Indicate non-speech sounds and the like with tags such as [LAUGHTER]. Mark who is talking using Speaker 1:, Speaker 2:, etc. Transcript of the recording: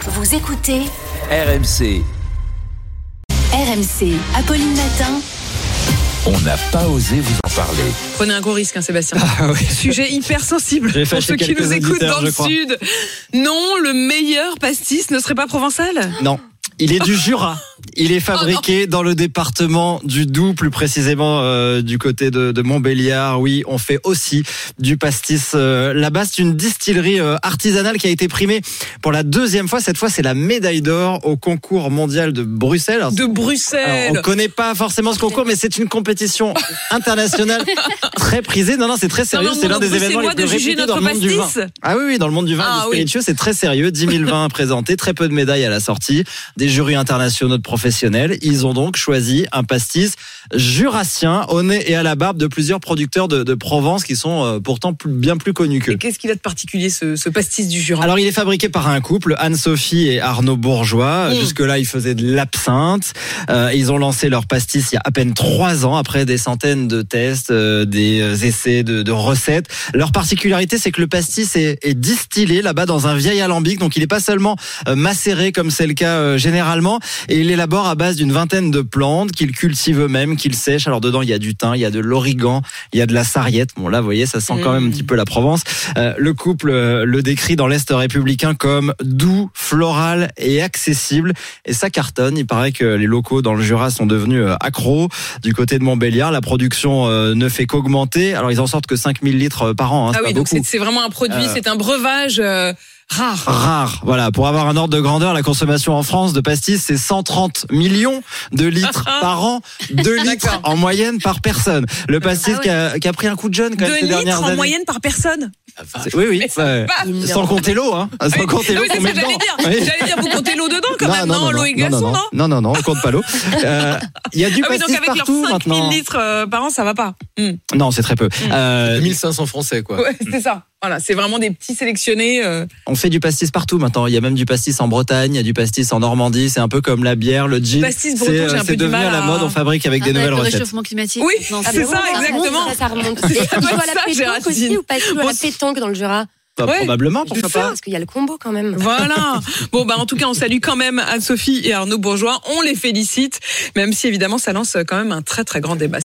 Speaker 1: Vous écoutez
Speaker 2: RMC,
Speaker 1: RMC. Apolline Matin.
Speaker 2: on n'a pas osé vous en parler.
Speaker 3: Prenez un gros risque, hein, Sébastien. Sujet hyper sensible
Speaker 4: J'ai
Speaker 3: pour
Speaker 4: Ah, fâché
Speaker 3: ceux qui
Speaker 4: quelques
Speaker 3: nous écoutent
Speaker 4: auditeurs,
Speaker 3: dans le
Speaker 4: je crois.
Speaker 3: sud. Non, le meilleur pastis ne serait pas provençal
Speaker 4: Non. Il est du Jura. Il
Speaker 3: Oh,
Speaker 4: est fabriqué dans le département du Doubs, plus précisément euh, du côté de, de Montbéliard. Oui, on fait aussi du pastis euh, là-bas. C'est une distillerie euh, artisanale qui a été primée pour la deuxième fois. Cette fois, c'est la médaille d'or au concours mondial de Bruxelles. Alors,
Speaker 3: de
Speaker 4: alors, on
Speaker 3: Bruxelles.
Speaker 4: connaît pas forcément ce concours, mais c'est
Speaker 3: [LAUGHS]
Speaker 4: une compétition internationale très prisée. Non, non, c'est très sérieux.
Speaker 3: Non, non,
Speaker 4: C'est
Speaker 3: non,
Speaker 4: l'un des
Speaker 3: vous, c'est
Speaker 4: événements
Speaker 3: moi
Speaker 4: les plus
Speaker 3: de juger
Speaker 4: réputés dans le
Speaker 3: notre
Speaker 4: monde du vin.
Speaker 3: pastis.
Speaker 4: Ah oui, oui, dans le monde du vin et
Speaker 3: Ah oui.
Speaker 4: du spiritueux, c'est très sérieux. 10
Speaker 3: [LAUGHS]
Speaker 4: 000 vins à présenter, très peu de médailles à la sortie, des jurys internationaux de professionnels. Ils ont donc choisi un pastis jurassien au nez et à la barbe de plusieurs producteurs de, de Provence qui sont euh, pourtant plus- bien plus connus qu'eux.
Speaker 3: Et Qu'est-ce qu'il a de particulier, ce, ce pastis du Jura
Speaker 4: Alors, il est fabriqué par un couple, Anne-Sophie et Arnaud Bourgeois.
Speaker 3: Mm.
Speaker 4: Jusque-là, ils faisaient de l'absinthe. Euh, ils ont lancé leur pastis il y a à peine trois ans, après des centaines de tests, euh, des euh, essais de, de recettes. Leur particularité, c'est que le pastis est, est distillé là-bas dans un vieil alambic. Donc, il n'est pas seulement euh, macéré comme c'est le cas euh, généralement. Et il l'élabore à base d'une vingtaine de plantes qu'ils cultivent eux-mêmes, qu'ils sèchent. Alors, dedans, il y a du thym, il y a de l'origan, il y a de la sarriette. Bon, là, vous voyez, ça sent quand même un
Speaker 3: Mm.
Speaker 4: petit peu la Provence. Euh, le couple euh, le décrit dans l'Est républicain comme doux, floral et accessible. Et ça cartonne. Il paraît que les locaux dans le Jura sont devenus euh, accros. Du côté de Montbéliard, la production euh, ne fait qu'augmenter. Alors, ils en sortent que 5000 litres par an. hein,
Speaker 3: Ah
Speaker 4: c'est
Speaker 3: oui,
Speaker 4: pas
Speaker 3: donc c'est
Speaker 4: beaucoup.
Speaker 3: c'est vraiment un produit,
Speaker 4: Euh,
Speaker 3: c'est un breuvage euh, rare.
Speaker 4: Rare. Voilà. Pour avoir un ordre de grandeur, la consommation en France de pastis, c'est 130 millions
Speaker 3: [LAUGHS]
Speaker 4: de litres par an. 2 litres
Speaker 3: D'accord.
Speaker 4: en moyenne par personne. Le pastis
Speaker 1: Ah ouais.
Speaker 4: qui, a, qui a pris un coup de jeune quand
Speaker 3: Deux
Speaker 4: même ces
Speaker 3: litres
Speaker 4: dernières
Speaker 3: en
Speaker 4: années.
Speaker 3: moyenne par personne.
Speaker 4: C'est- Oui, oui.
Speaker 3: Mais ça
Speaker 4: ouais.
Speaker 3: va.
Speaker 4: Sans compter l'eau, hein. Sans
Speaker 3: Ah Oui.
Speaker 4: compter
Speaker 3: Non,
Speaker 4: l'eau
Speaker 3: mais c'est
Speaker 4: qu'on
Speaker 3: ça
Speaker 4: met
Speaker 3: que j'allais
Speaker 4: dedans.
Speaker 3: dire.
Speaker 4: Oui.
Speaker 3: J'allais dire, vous comptez l'eau dedans quand même. Non, l'eau est
Speaker 4: non,
Speaker 3: glaçon, non,
Speaker 4: non, non, non, on compte
Speaker 3: [LAUGHS]
Speaker 4: pas l'eau. Euh, Il y a du
Speaker 3: hein. Ah oui,
Speaker 4: pastis
Speaker 3: donc avec leurs
Speaker 4: partout
Speaker 3: 5000
Speaker 4: maintenant.
Speaker 3: litres euh, par an, ça va pas. Hmm.
Speaker 4: Non, c'est très peu. Euh,
Speaker 5: 1500 Français, quoi.
Speaker 3: Ouais, c'est ça. Voilà, c'est vraiment des petits sélectionnés. euh,
Speaker 4: on fait du pastis partout maintenant. Il y a même du pastis en Bretagne, il y a du pastis en Normandie. C'est un peu comme la bière, le gin.
Speaker 3: Pastis breton,
Speaker 4: C'est euh,
Speaker 3: j'ai un peu
Speaker 4: c'est
Speaker 3: du
Speaker 4: devenu
Speaker 3: mal
Speaker 4: à la
Speaker 3: à-
Speaker 4: mode. On fabrique avec des
Speaker 6: Ah,
Speaker 4: nouvelles
Speaker 6: avec le
Speaker 4: recettes.
Speaker 6: réchauffement climatique.
Speaker 3: Oui,
Speaker 6: Non,
Speaker 3: c'est ça,
Speaker 6: remonte,
Speaker 3: exactement.
Speaker 6: remonte, Ah, Ça, ça remonte.
Speaker 3: C'est ça,
Speaker 6: Et on joue à la
Speaker 3: ça,
Speaker 6: pétanque
Speaker 3: Gérardine.
Speaker 6: aussi ou pas On joue à
Speaker 3: Bon,
Speaker 6: la pétanque dans le Jura
Speaker 4: Bah,
Speaker 3: Ouais.
Speaker 4: Probablement,
Speaker 3: Je
Speaker 4: pourquoi
Speaker 3: sais.
Speaker 4: pas
Speaker 6: Parce qu'il y a le combo quand même.
Speaker 3: Voilà. Bon, bah, en tout cas, on salue quand même Anne-Sophie et Arnaud Bourgeois. On les félicite, même si évidemment, ça lance quand même un très, très grand débat.